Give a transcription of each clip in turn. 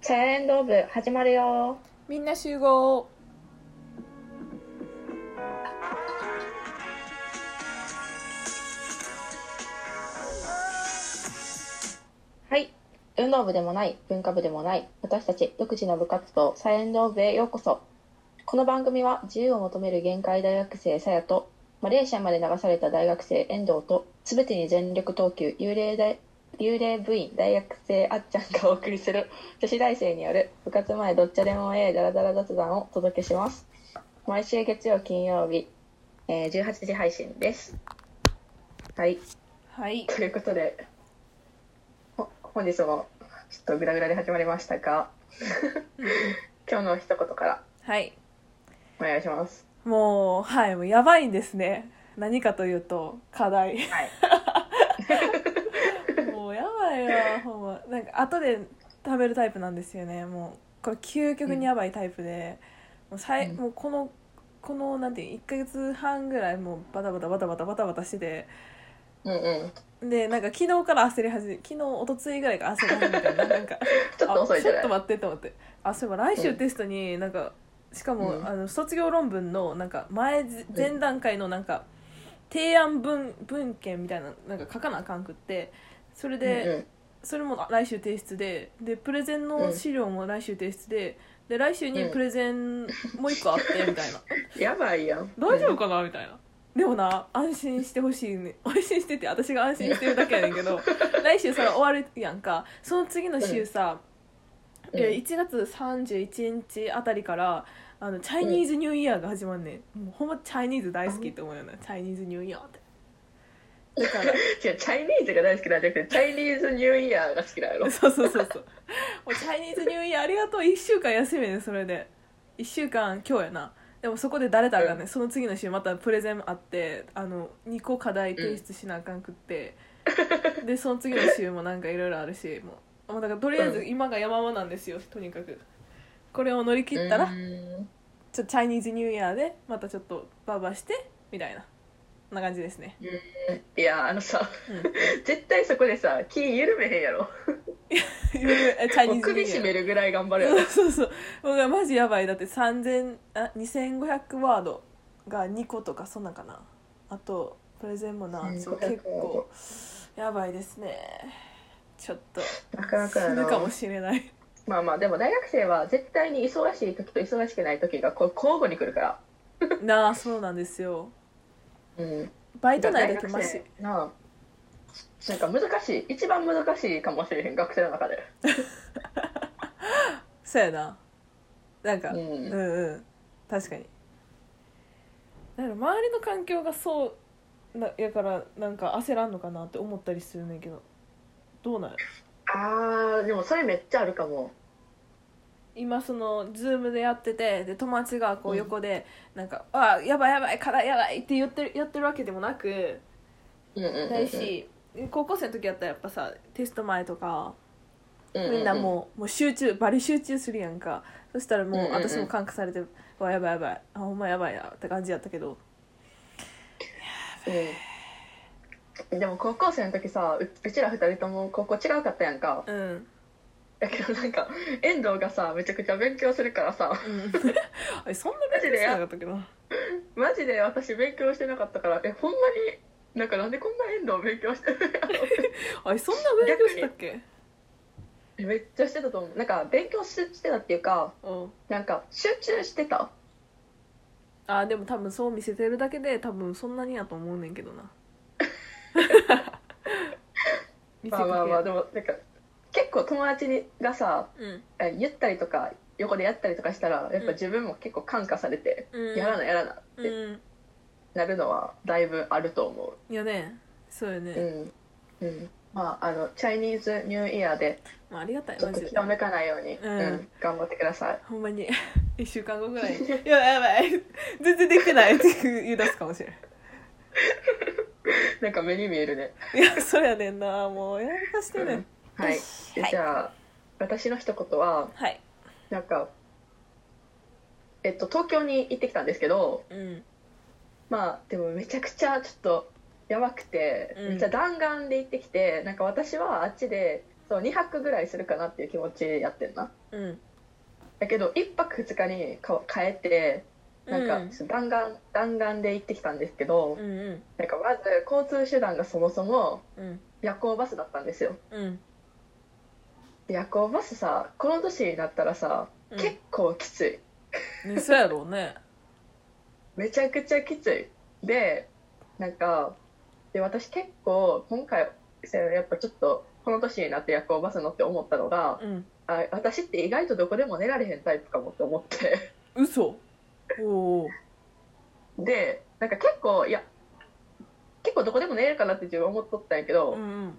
茶屋連動部始まるよみんな集合はい運動部でもない文化部でもない私たち独自の部活動茶屋連動部へようこそこの番組は自由を求める限界大学生さやとマレーシアまで流された大学生遠藤と全てに全力投球幽霊大幽霊部員大学生あっちゃんがお送りする女子大生による部活前どっちゃでもええダラダラ雑談をお届けします毎週月曜金曜日、えー18時配信ですはいはいということでほ本日もちょっとグラグラで始まりましたが今日の一言からはいお願いしますもうはいもうやばいんですね何かというと課題 はいもうやばいわほんまなんか後で食べるタイプなんですよねもうこれ究極にやばいタイプで、もうさいうんもうこのこのなんていう1ヶ月半ぐらいもうバタバタバタバタバタバタしててうんうんでなんか昨日から焦り始め昨日一昨日ぐらいから焦り始めてななんかちょっと遅いじゃなあいちょっと待ってと思ってあそういえば来う週んテストになんか、しかも、うんあの卒業論文のなんか前前段階のなんか提案文文献みたいななんか書かなあかんくってそれで、それも来週提出ででプレゼンの資料も来週提出で、で来週にうんプレゼンもう一個あってみたいなうん、やばいやん大丈夫かなみたいな。でもな安心してほしいね 安心してて私が安心してるだけやねんけ ど来週さ終わるやんかその次の週さ、うんえー1月31日あたりからあのチャイニーズニューイヤーが始まんねん、もうほんまチャイニーズ大好きって思うよねチャイニーズニューイヤー ってだか違うチャイニーズが大好きなんじゃなくてチャイニーズニューイヤーが好きなんやろら そうそうそうそうもうチャイニーズニューイヤーありがとう1週間休みねそれで1週間今日やなでもそこで誰だがね、うその次の週またプレゼンあってあの2個課題提出しなあかんくって、 でその次の週もなんかいろいろあるしもうもうだからとりあえず今が山場なんですよとにかくこれを乗り切ったら、うーんちょチャイニーズニューイヤーでまたちょっとバーバーしてみたいなこんな感じですね、いやあのさうん、絶対そこでさ気緩めへんやろ えチャイもうニーズ首ニューイヤ絞ーめるぐらい頑張るやろそうそう僕はマジやばいだって3000あ2500ワードが2個とかそんなんかなあとプレゼンもなうんちょっと結500ワー構ドやばいですねちょっとなかなか死やぬなかもしれない まあまあでも大学生は絶対に忙しい時と忙しくない時がこう交互に来るからなあそうなんですようんバイト内だけマシ大学生なあなんか難しい一番難しいかもしれへん学生の中でそうやななんか、ううんん、うん確かにだから周りの環境がそうなやからなんか焦らんのかなって思ったりするねんけどどうなんやろあーでもそれめっちゃあるかも今そのズームでやっててで友達がこう横でなんか「あやばいやばい課題やばい」って言ってるやってるわけでもなくうんうんうんうんないし高校生の時やったらやっぱさテスト前とかううみんなもうもう集中バリ集中するやんかそしたらうんもうんううん私も感化されて「わやばいやばいあほんまやばいな」って感じやったけどうんでも高校生の時さううちら二人とも高校違うかったやんかうん だけどなんか遠藤がさめちゃくちゃ勉強するからさあれそんな感じでなかったけどマジで私勉強してなかったからえほんまになんかなんでこんな遠藤勉強してるんやろってあれそんな勉強してたっけえめっちゃしてたと思うなんか勉強ししてたっていうかうんなんか集中してたあでも多分そう見せてるだけで多分そんなにやと思うねんけどな見せ まあまかあけまやあでもなんか結構友達にがさうんえ言ったりとか横でやったりとかしたらやっぱ自分も結構感化されて、うんやらなやらなってうなるのはだいぶあると思う、んいやねそうよね、うん、うん、まああのチャイニーズニューイヤーでまあ、ありがたいちょマっとジで気を抜かないように、ううんん頑張ってくださいほんまに 1週間後ぐらいに「やばいやばい全然できてない」って言い出すかもしれんなんか目に見えるね、いやそれやねんなもうやらかしてね、うんはいではいじゃあ私の一言ははいなんかえっと東京に行ってきたんですけどうんまあでもめちゃくちゃちょっとやばくて、うんめっちゃ弾丸で行ってきてなんか私はあっちでそう2泊ぐらいするかなっていう気持ちやってんなうんだけど1泊2日にか変えてなんかうん弾丸弾丸で行ってきたんですけど、うんうんなんかまず交通手段がそもそもうん夜行バスだったんですようんで夜行バスさこの年になったらさ、うん結構きついねそうやろうねめちゃくちゃきついでなんかで私結構今回せやっぱちょっとこの年になって夜行バス乗って思ったのがうんあ私って意外とどこでも寝られへんタイプかもって思って 嘘おおでなんか結構いや結構どこでも寝れるかなって自分思っとったんやけど、うんうん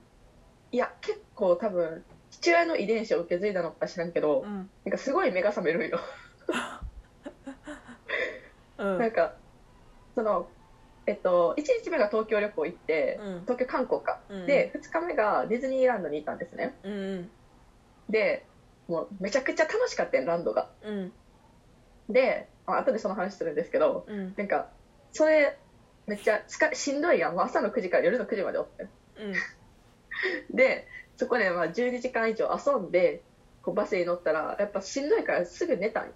いや結構多分父親の遺伝子を受け継いだのか知らんけど、うんなんかすごい目が覚めるんよ、うんなんかそのえっと1日目が東京旅行行って、うん東京観光か、うんで2日目がディズニーランドにいたんですねうんうんでもうめちゃくちゃ楽しかったんランドがうんで、まあ後でその話するんですけどうんなんかそれめっちゃつかしんどいやんもう朝の9時から夜の9時までおってうんでそこでまあ12時間以上遊んでこうバスに乗ったらやっぱしんどいからすぐ寝たんよ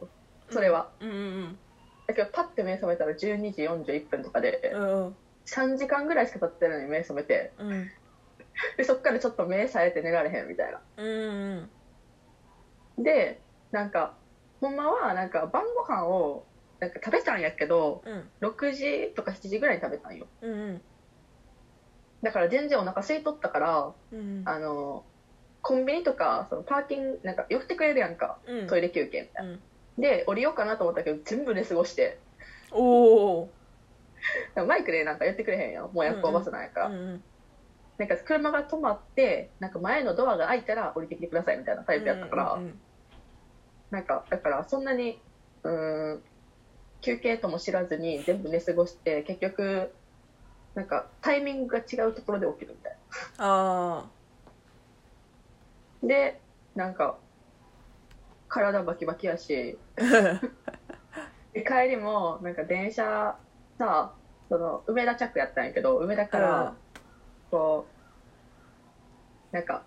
それは、うんうんだけどパッて目覚めたら12時41分とかでうん3時間ぐらいしか経ってないのに目覚めてうんでそっからちょっと目さえて寝られへんみたいなうんでなんかほんまはなんか晩ご飯をなんか食べたんやけどうん6時とか7時ぐらいに食べたんようんうんだから全然お腹空いとったからうんあのコンビニとかそのパーキングなんか寄ってくれるやんかうんトイレ休憩みたいな、うんで降りようかなと思ったけど全部寝過ごしておおマイクでなんか寄ってくれへんよもう夜行バスなんやから、うんうんなんか車が止まってなんか前のドアが開いたら降りてきてくださいみたいなタイプやったから、うんなんかだからそんなにうーん休憩とも知らずに全部寝過ごして結局なんかタイミングが違うところで起きるみたいあなでなんか体バキバキやしあで帰りもなんか電車さその梅田着やったんやけど梅田からこうなんか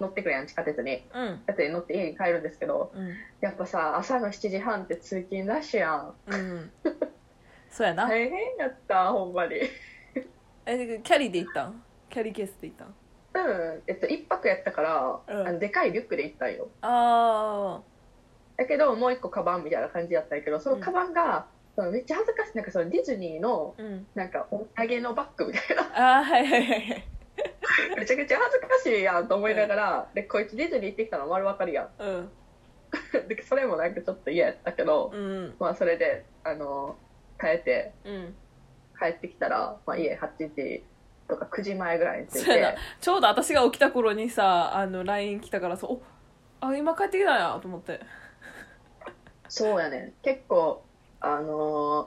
乗ってくれやん地下鉄にうん地下鉄に乗って家に帰るんですけどうんやっぱさ朝の7時半って通勤ラッシュやんうんそうやな大変やったほんまにえキャリーで行ったんキャリーケースで行ったんうんえっと一泊やったから、うんあのでかいリュックで行ったんよあだけどもう一個カバンみたいな感じやったんやけどそのカバンが、そのめっちゃ恥ずかしいなんかそのディズニーのあうんなんかお土産のバッグみたいな ああはいはいはいはいめちゃくちゃ恥ずかしいやんと思いながら、でこいつディズニー行ってきたの丸わかるやん うんでそれもなんかちょっと嫌やったけど、うんまあそれであの変えてうん帰ってきたら、まあ、家8時とか9時前ぐらいに着いそうやてなちょうど私が起きた頃にさあの LINE 来たからそうおあ今帰ってきたんやと思ってそうやねん結構あの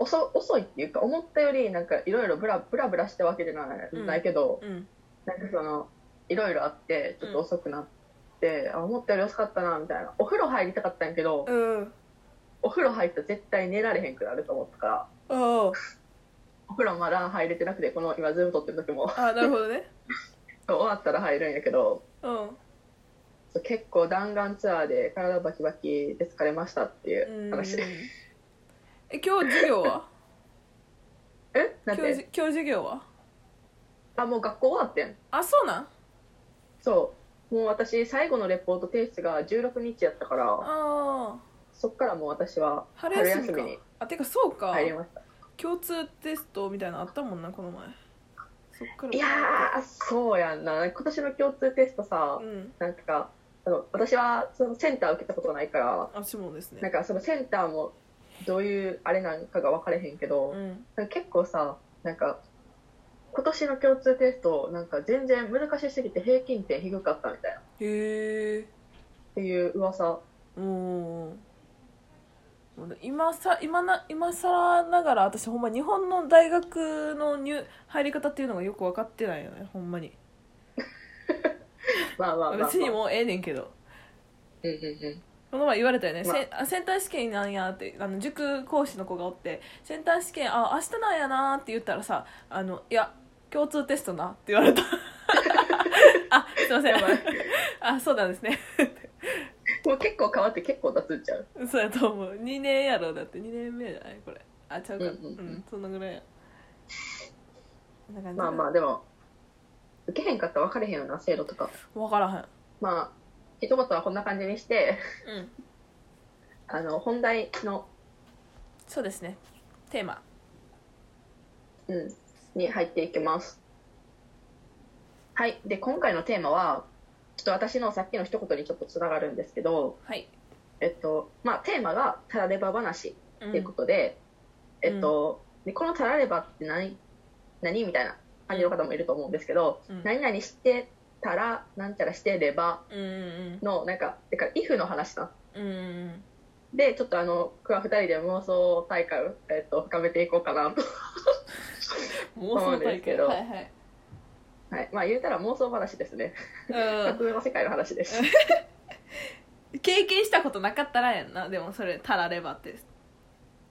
ー遅遅いっていうか思ったよりなんかいろいろブラブラブラしたわけじゃない,、うんないけどうんなんかそのいろいろあってちょっと遅くなって、あ思ったより遅かったなみたいなお風呂入りたかったんやけど、うんお風呂入ったら絶対寝られへんくなると思ったからあお風呂まだ入れてなくてこの今ズーム撮ってる時も ああなるほどね終わったら入るんやけどうんそう結構弾丸ツアーで体バキバキで疲れましたっていう話、うんえ今日授業はえな今ん日じて今日授業はあもう学校終わってんあそうなんそうもう私最後のレポート提出が16日やったからああそっからもう私は春休みか春休みにあてかそうか入りました共通テストみたいなのあったもんなこの前そっからいやーそうやんな今年の共通テストさうんなんかあの私はそのセンター受けたことないからあっちもですなんねかそのセンターもどういうあれなんかが分かれへんけど、うんなんか結構さなんか今年の共通テストなんか全然難しすぎて平均点低かったみたいなっへえていう噂うん今さ今な今更ながら私ほんま日本の大学の入入り方っていうのがよく分かってないよねほんまにまあまあまあ、まあ、別にもうええねんけどうんうんうんこの前言われたよね、まあせんあ、センター試験なんやってあの塾講師の子がおってセンター試験あ明日なんやな って言ったらさあのいや共通テストなって言われたあすいませんやばいあそうなんですねもう結構変わって結構出すんちゃうそうやと思う2年やろだって2年目じゃないこれあちゃうかううんん、うんうんそんなぐらいやこんな感じまあまあでも受けへんかったら分かれへんよな制度とか分からまあひとまずはこんな感じにして へんうんあの本題の、そうですねテーマうん、に入っていきますはいで今回のテーマはちょっと私のさっきの一言にちょっとつながるんですけどはい、えっとまあテーマが「たられば話」うっていうことで、えっと、でこのたらればって何何みたいな感じの方もいると思うんですけど、うん何々してたらなんちゃらしてればうんうんのなんかてか if の話なうんうんでちょっとあの僕は2人で妄想大会を、えっと、深めていこうかなと、 妄想そうで体すけ験どはいはいはい、まあ言うたら妄想話ですね架空の世界の話ですうん経験したことなかったらやんなでもそれたらればって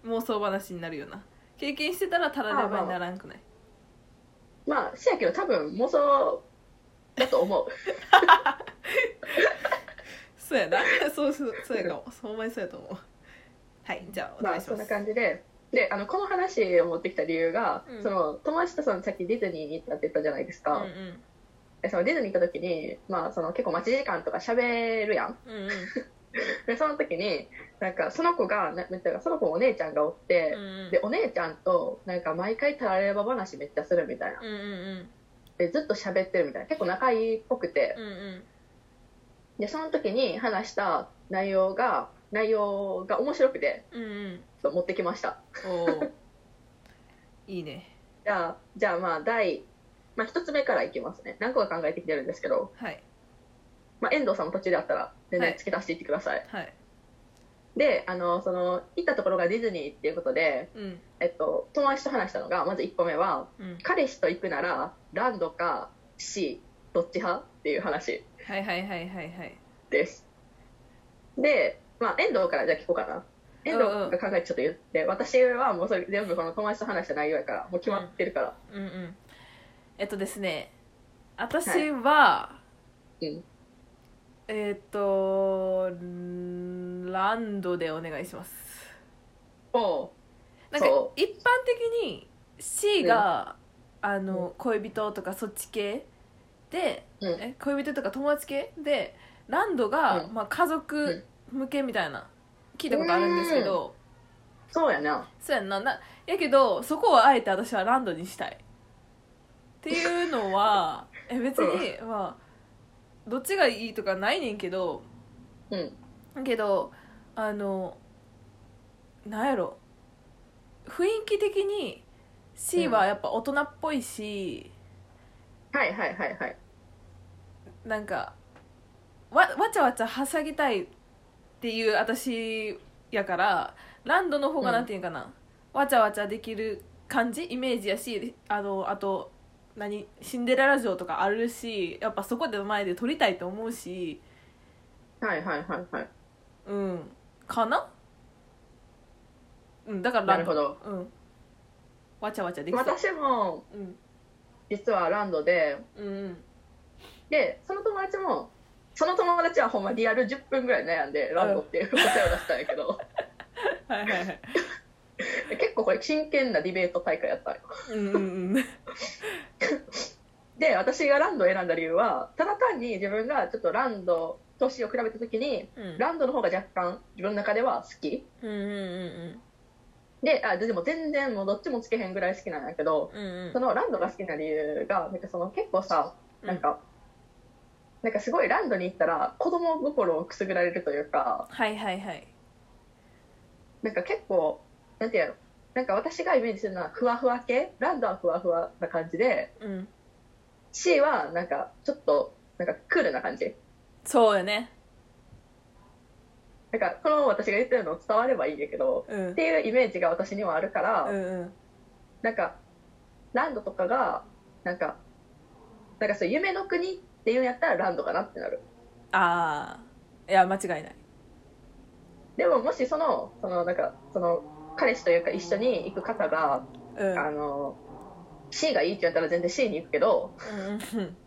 妄想話になるよな経験してたらたらればにならんくないまあせやけど多分妄想だと思うそうやなそうそうそうやかもそうお前そうやと思うはいじゃあおま願あいしそまんす、な感じでであのこの話を持ってきた理由が、うんその友達とそのさっきディズニーに行ったって言ったじゃないですか、うんでそのディズニー行った時に、まあ、その結構待ち時間とか喋るやんうんうんでその時になんかその子がななんていうかその子のお姉ちゃんがおってう、んうんでお姉ちゃんとなんか毎回たられば話めっちゃするみたいなうんうんでずっと喋ってるみたいな結構仲いいっぽくてうんうんでその時に話した内容が内容が面白くてうんうんちょっと持ってきましたおーいいねじゃあじゃあまあ第、まあ、1つ目からいきますね何個か考えてきてるんですけど、はいまあ、遠藤さんも途中であったら全然はい付け足していってください、はいであのその行ったところがディズニーっていうことで、うんえっと、友達と話したのがまず1個目はうん彼氏と行くならランドか C どっち派っていう話はいはいはいはいはいですで、まあ、遠藤からじゃあ聞こうかな遠藤が考えてちょっと言って、私はもうそれ全部この友達と話した内容やからもう決まってるから、うんうんえっとですね私は、うんえっとんランドでお願いしますおうなんかそ一般的に C が、あの恋人とかそっち系で、うんえ恋人とか友達系でランドが、うまあ、家族向けみたいな、聞いたことあるんですけど、そうやなそうやんななやけどそこはあえて私はランドにしたいっていうのは え別に、まあ、どっちがいいとかないねんけどうんけどあのなんやろ雰囲気的に C はやっぱ大人っぽいし、はいはいはいはいなんかわわちゃわちゃはしゃぎたいっていう私やからランドの方がうんなんていうかな、わちゃわちゃできる感じイメージやしあのあと何シンデレラ城とかあるしやっぱそこで前で撮りたいと思うしはいはいはいはいうんかなうんだからなラるンほドどうんわちゃわちゃできそう私もうん実はランドでうんうんでその友達もその友達はほんまリアル10分ぐらい悩んでランドっていう答えを出したんやけ どはいはいはい結構これ真剣なディベート大会やったんようんうんうんで私がランドを選んだ理由はただ単に自分がちょっとランドと C を比べた時にうんランドの方が若干自分の中では好きうんうんであででも全然もうどっちもつけへんぐらい好きなんやけどうんうんそのランドが好きな理由がなんかその結構さうんなんか、なんかすごいランドに行ったら子供心をくすぐられるというかはいはいはいなんか結構なんていうのなんか私がイメージするのはふわふわ系ランドはふわふわな感じでうん、 C はなんかちょっとなんかクールな感じそうよね。なんかこの私が言ってるの伝わればいいんやけどうん。うっんていうイメージが私にはあるから、うん。なんかランドとかがなんかなんかそう夢の国っていうんやったらランドかなってなるああ。いや、間違いない。でももしそのそのなんかその彼氏というか一緒に行く方が、うん。あの C がいいって言ったら全然 C に行くけど うんうんうん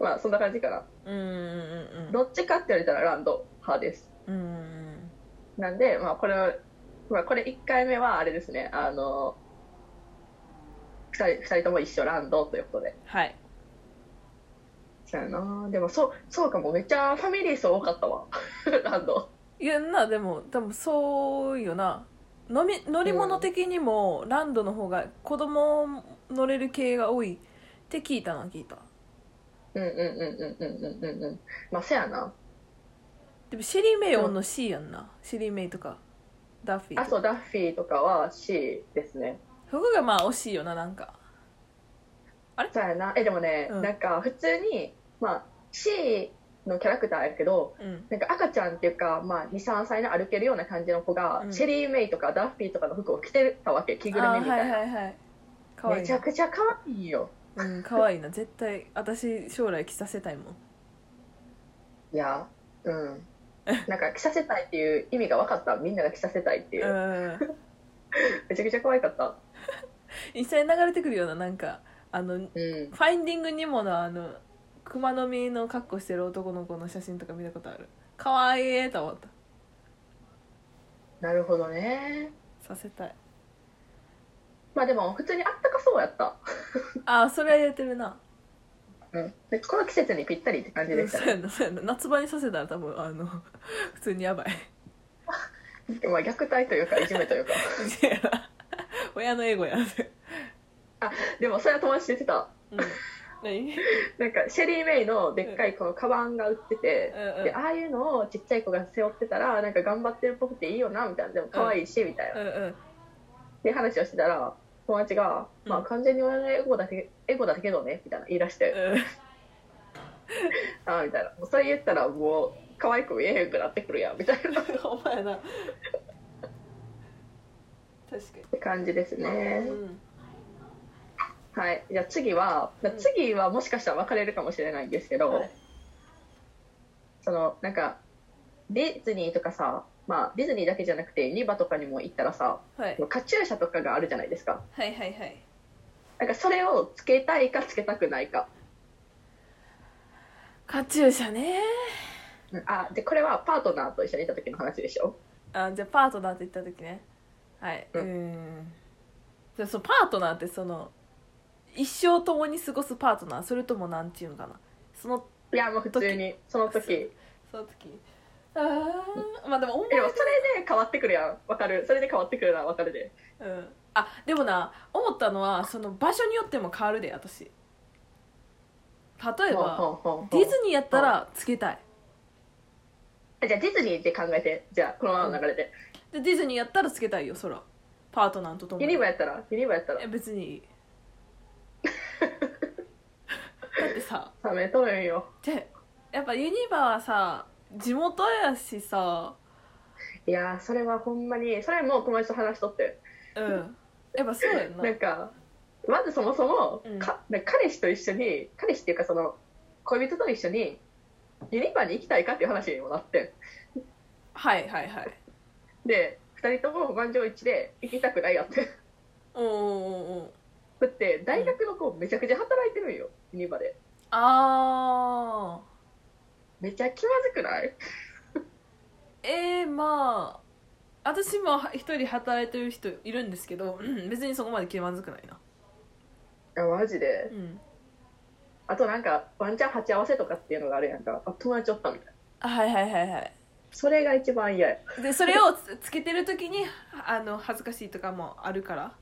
まあそんな感じかなうんうんどっちかって言われたらランド派ですうんうんなんでまあこれは、まあ、これ1回目はあれですねあの 2, 人2人とも一緒ランドということではいそうやなでもそうそうかもめっちゃファミリー層多かったわ ランドいやなでも多分そうよな飲み乗り物的にもランドの方が子供乗れる系が多いって聞いたな聞いたうんうんうんうんうんうんうんうんまあせやなでもシリメヨンの C やんなシリメイとかダッフィーあとかそうダッフィーとかは C ですねそこがまあ惜しいよななんかそうやなえでもね、うんなんか普通に、まあ、C のキャラクターやけどうんなんか赤ちゃんっていうか、まあ、23歳の歩けるような感じの子が、うんシェリー・メイとかダッフィーとかの服を着てたわけ着ぐるみみたいな、あーはいはいはいかわいめいちゃなくちゃ可愛いようんかわいいな絶対私将来着させたいもんいやうん なんか着させたいっていう意味が分かったみんなが着させたいっていうう、んめちゃくちゃ可愛かった一緒に流れてくるようななんかあのフうんァインディングにものあの熊の実の格好してる男の子の写真とか見たことあるかわいいと思ったなるほどねさせたいまあでも普通にあったかそうやった、ああそれは言えてるなうん、でこの季節にぴったりって感じでしそたうやなそうやな夏場にさせたら多分あの 普通にやばい まあ虐待というかいじめと いうかいや親のエゴやでもそれは友達で言ってたうん何なんかシェリー・メイのでっかいこのカバンが売ってて、うんうんでああいうのをちっちゃい子が背負ってたらなんか頑張ってるっぽくていいよなみたいなでも可愛いし、みたいなうっんうんて話をしてたら友達が、うんまあ完全に俺のエゴだけエゴだけどねみたいな言い出して、うんああみたいなもうそれ言ったらもう可愛く見えへんくなってくるやんみたいなお前な確か感じですねに、うん、はいじゃあ次はうん次はもしかしたら分かれるかもしれないんですけど、はいそのなんかディズニーとかさまあディズニーだけじゃなくてユニバとかにも行ったらさはいカチューシャとかがあるじゃないですかはいはいはいなんかそれをつけたいかつけたくないか、カチューシャねうんあでこれはパートナーと一緒にいた時の話でしょあじゃあパートナーって言った時ねはいうんんじゃあそのパートナーってその一生共に過ごすパートナーそれともなんていうんかなそのいやもう普通にその時えその時ああまあでも思いでもそれで変わってくるやんわかるそれで変わってくるなわかるでうんあでもな思ったのはその場所によっても変わるで私例えばディズニーやったらつけたいニーじゃあディズニーで考えてじゃあこのままの流れで、でディズニーやったらつけたいよそらパートナーと共ユにニバやったらユニバやったらえ別にいいだってさ冷めとるんよでやっぱユニバはさ地元やしさいやーそれはほんまにそれはもう友達と話しとってうんやっぱそうやんななんかまずそもそも、うんかなんか彼氏と一緒に彼氏っていうかその恋人と一緒にユニバに行きたいかっていう話にもなってはいはいはいで2人とも満場一致で行きたくないやって うんうんうんうんだって大学の子めちゃくちゃ働いてるんよユニバでああめちゃ気まずくないえー、まあ私もは一人働いてる人いるんですけどうん別にそこまで気まずくないなあマジでうんあとなんかワンチャン鉢合わせとかっていうのがあるやんかあ友達おったみたいなあはいはいはいはいそれが一番嫌やでそれをつつけてる時にあの恥ずかしいとかもあるから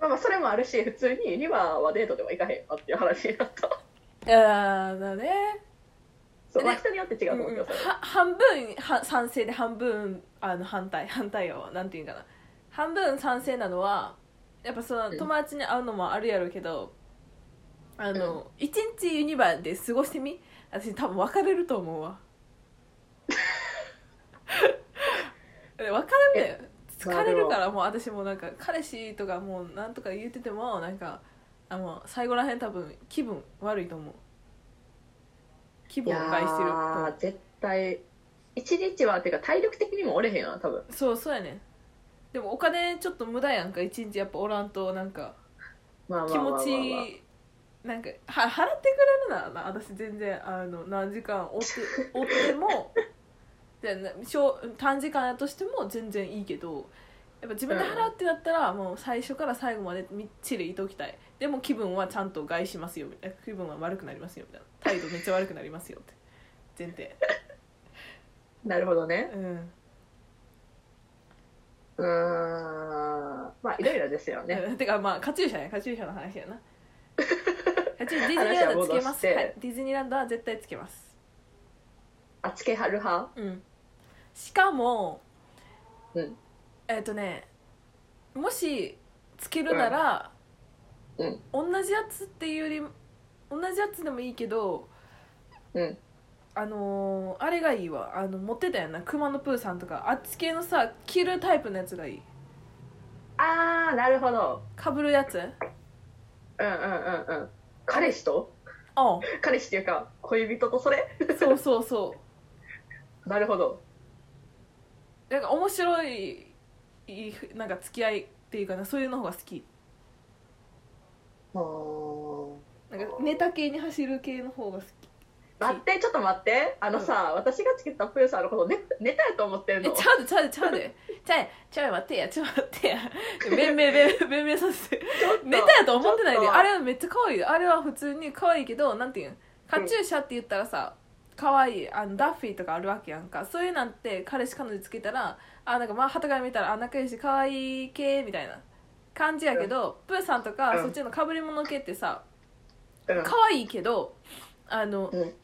まあまあそれもあるし普通にユニバはデートでは行かへんわっていう話になったああだねそう、まあ、ね人によって違うと思うけど、それはは半分は賛成で半分あの反対反対をなんていうんかな半分賛成なのはやっぱそのうん友達に会うのもあるやろうけど、あの、一日ユニバで過ごしてみ私多分別れると思 うわ別れるねまあ疲れるからもう私もなんか彼氏とかもうなんとか言っててもなんかあもう最後らへん多分気分悪いと思う気い分をや害してると思うー絶対一日はっていうか体力的にも折れへんわ多分そうそうやねんでもお金ちょっと無駄やんか一日やっぱおらんとなんかまあまあ気まあまあ、ま持あ、ちなんかは払ってくれるならな私全然あの何時間 おっておってもでなしょう短時間やとしても全然いいけどやっぱ自分で払うってなったら、もう最初から最後までみっちりいときたいでも気分はちゃんと害しますよみたいな気分は悪くなりますよみたいな態度めっちゃ悪くなりますよって前提なるほどねうんうーんまあいろいろですよねうん てかまあカチューシャねカチューシャの話やなカチューディズニーランドはつけ話は ま戻しす、てはい、ディズニーランドは絶対つけますあつけはる派うんしかもうんえっ、とねもしつけるなら、うん同じやつっていうより同じやつでもいいけどうんあのーあれがいいわあの持ってたやんな熊野プーさんとかあっち系のさ着るタイプのやつがいいああなるほどかぶるやつうんうんうんうん彼氏とあ彼氏っていうか恋人とそれ そうそうそうなるほどなんか面白いいいなんか付き合いっていうかなそういうの方が好きなんかネタ系に走る系の方が好き待ってちょっと待ってあのさ、私がつけたプーさんのことネネタやと思ってんえのちゃうでちゃうでちゃうでちゃうやちゃうや待ってやちょっと待ってや弁 明弁明弁明させてネタやと思ってないちょでっとあれはめっちゃ可愛いあれは普通に可愛いけどなんていうんカチューシャって言ったらさ可愛いあのダッフィーとかあるわけやんかそういうなんて彼氏彼女つけたらあなんかまあはたから見たらあ仲良いし可愛い系みたいな感じやけど、プーさんとか、うんそっちのかぶり物系ってさうん可愛いけどあの、うん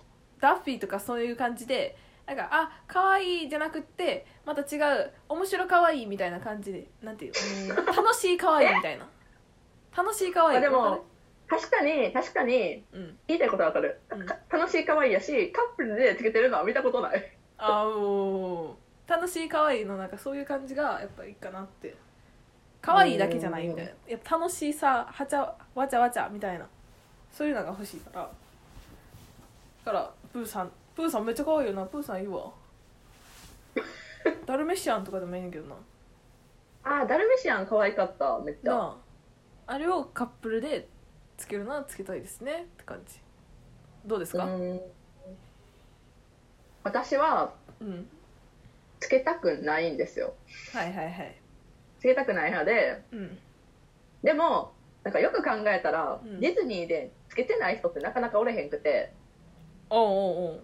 ダッフィーとかそういう感じでなんかあ可愛いじゃなくってまた違う面白可愛いみたいな感じでなんていううん楽しい可愛いみたいな楽しい可ま愛あいでわかるも確かに確かにうん言いたいことわかる、うんか楽しい可愛いやしカップルでつけてるのは見たことないあおー楽しい可愛いのなんかそういう感じがやっぱいいかなって可愛いだけじゃないみたいなやっぱ楽しいさはちゃわちゃわちゃみたいなそういうのが欲しいからだからプーさんプーさんめっちゃ可愛いよなプーさんい いわダルメシアンとかでもいいんやけどなあーダルメシアン可愛かっためっちゃなああれをカップルでつけるならつけたいですねって感じどうですうかん私はうん、つけたくないんですよはいはいはいつけたくない派でうんでもなんかよく考えたら、うんディズニーでつけてない人ってなかなかおれへんくておうおうおう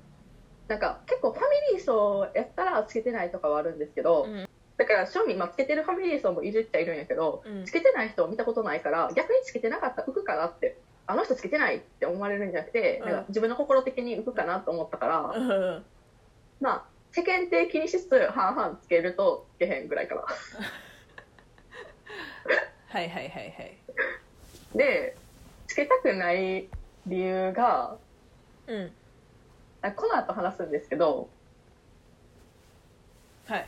なんか結構ファミリー層やったらつけてないとかはあるんですけど、うんだから庶民、まあ、つけてるファミリー層もいるっちゃいるんやけど、うんつけてない人を見たことないから逆につけてなかったら浮くかなってあの人つけてないって思われるんじゃなくて、うんなんか自分の心的に浮くかなと思ったから、うんうんまあ世間体気にしつつ半々つけるとつけへんぐらいかな。はいはいはいはいでつけたくない理由がうんあこの後話すんですけどはい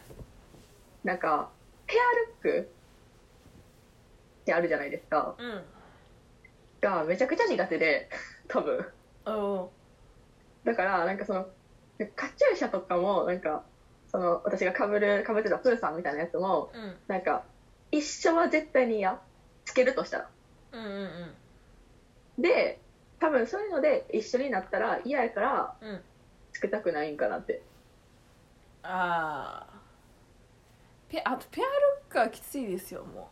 なんかペアルックってあるじゃないですかうんがめちゃくちゃ苦手で多分おおだからなんかそのカチューシャとかもなんかその私がかぶるかぶってたプーさんみたいなやつもううんなんか一生は絶対に嫌つけるとしたらうんうんで多分そういうので一緒になったら嫌やからうんうんつけたくないんかなってああペあとペアルックはきついですよも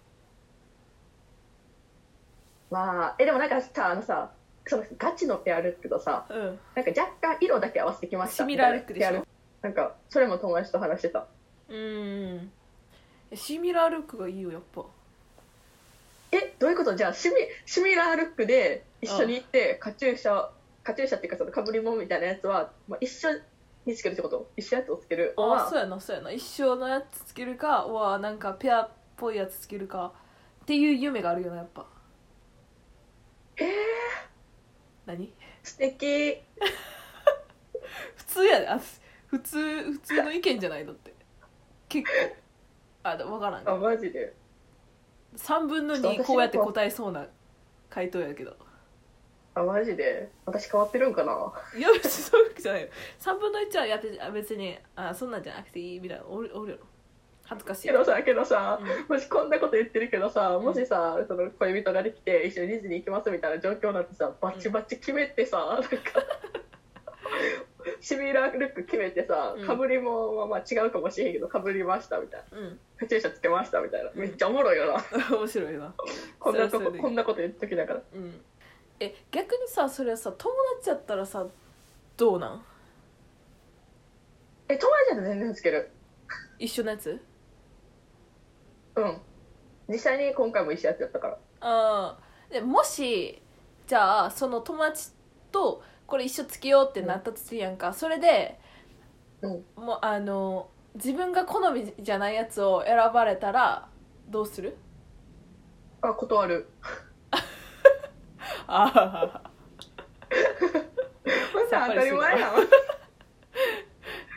まあえでもなんかさあのさそのガチのペアルックとさううんなんか若干色だけ合わせてきましたシミラールックでしペアょなんかそれも友達と話してたうんシミラールックがいいよやっぱえどういうことじゃあシミシミラールックで一緒に行ってカチューシャカチューシャっていうかそのかぶり物みたいなやつは、まあ、一緒につけるってこと一緒のやつをつけるあはあそうやなそうやな一生のやつつけるかはなんかペアっぽいやつつけるかっていう夢があるよなやっぱえー、何 素敵普通やであ普通普通の意見じゃないだって結構あで分からんあマジで3分の2こうやって答えそうな回答やけどあマジで私変わってるんかないや別にそういうわけじゃないよ3分の1はやってあ別にあそんなんじゃなくていいみたいなおるおるやろ恥ずかしいけどさけどさうんもしこんなこと言ってるけどさもしさその恋人ができて一緒にディズニー行きますみたいな状況なんてさバチバチ決めてさ なんかシミュラールック決めてさうんかぶりも、まあ、まあ違うかもしれんけどかぶりましたみたいなうん カチューシャつけましたみたいなめっちゃおもろいよな面白いなこんなとそれこはそれでいいこんなこと言った時だからうんえ逆にさそれはさ友達やったらさどうなんえ友達だと全然つける一緒のやつうん実際に今回も一緒やってやったからあーでもしじゃあその友達とこれ一緒つけようってなったとするやんか、それで、うんもうあの自分が好みじゃないやつを選ばれたらどうするあ断るああこれささ当っぱたりすりる前やん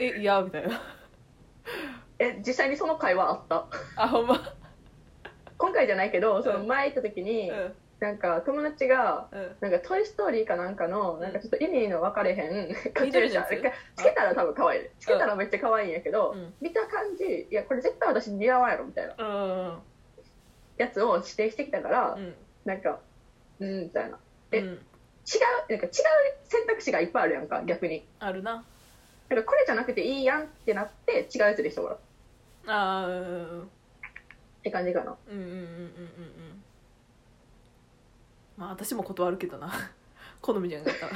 えいやみたいなえ実際にその会話あったあほんま今回じゃないけどそのうん前行った時うに、んなんか友達がうん「なんかトイ・ストーリー」かなんかのなんかちょっと意味の分かれへん カチュー緑のシやャつなんかつけたら多分可愛いつけたらめっちゃ可愛いんやけど、うん見た感じいやこれ絶対私似合わんやろみたいなうんやつを指定してきたから、うんなんかうんみたいなうえん違うなんか違う選択肢がいっぱいあるやんか逆にあるなだからこれじゃなくていいやんってなって違うやつでしてもらうあーうんって感じかなうんうんうんうんうんうんまあ私も断るけどな 好みじゃなかったら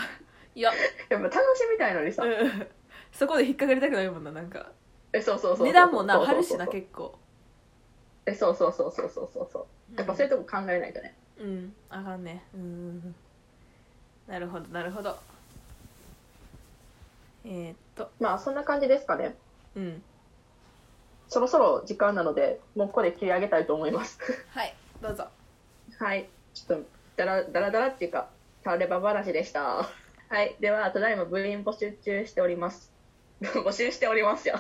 いややっぱ楽しみたいのにさ、うんそこで引っかかりたくないもんななんかえそうそうそうそう値段もなそうそう張るそうしな結構えそうそうそうそうそうそうそうやっぱそういうとこ考えないとねうんうんあかんねうんなるほどなるほどえー、っとまあそんな感じですかねうんそろそろ時間なのでもうここで切り上げたいと思いますはいどうぞはいちょっとダラダラダラっていうかタレバ話でしたはいではただいま部員募集中しております 募集しておりますよ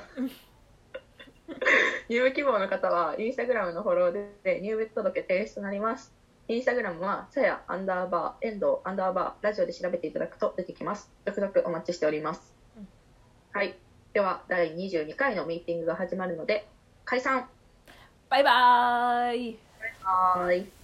入部希望の方はインスタグラムのフォローで入部届提出となりますインスタグラムはさやアンダーバー遠藤アンダーバーラジオで調べていただくと出てきます続々お待ちしております、うんはいでは第22回のミーティングが始まるので解散バイバーイはーい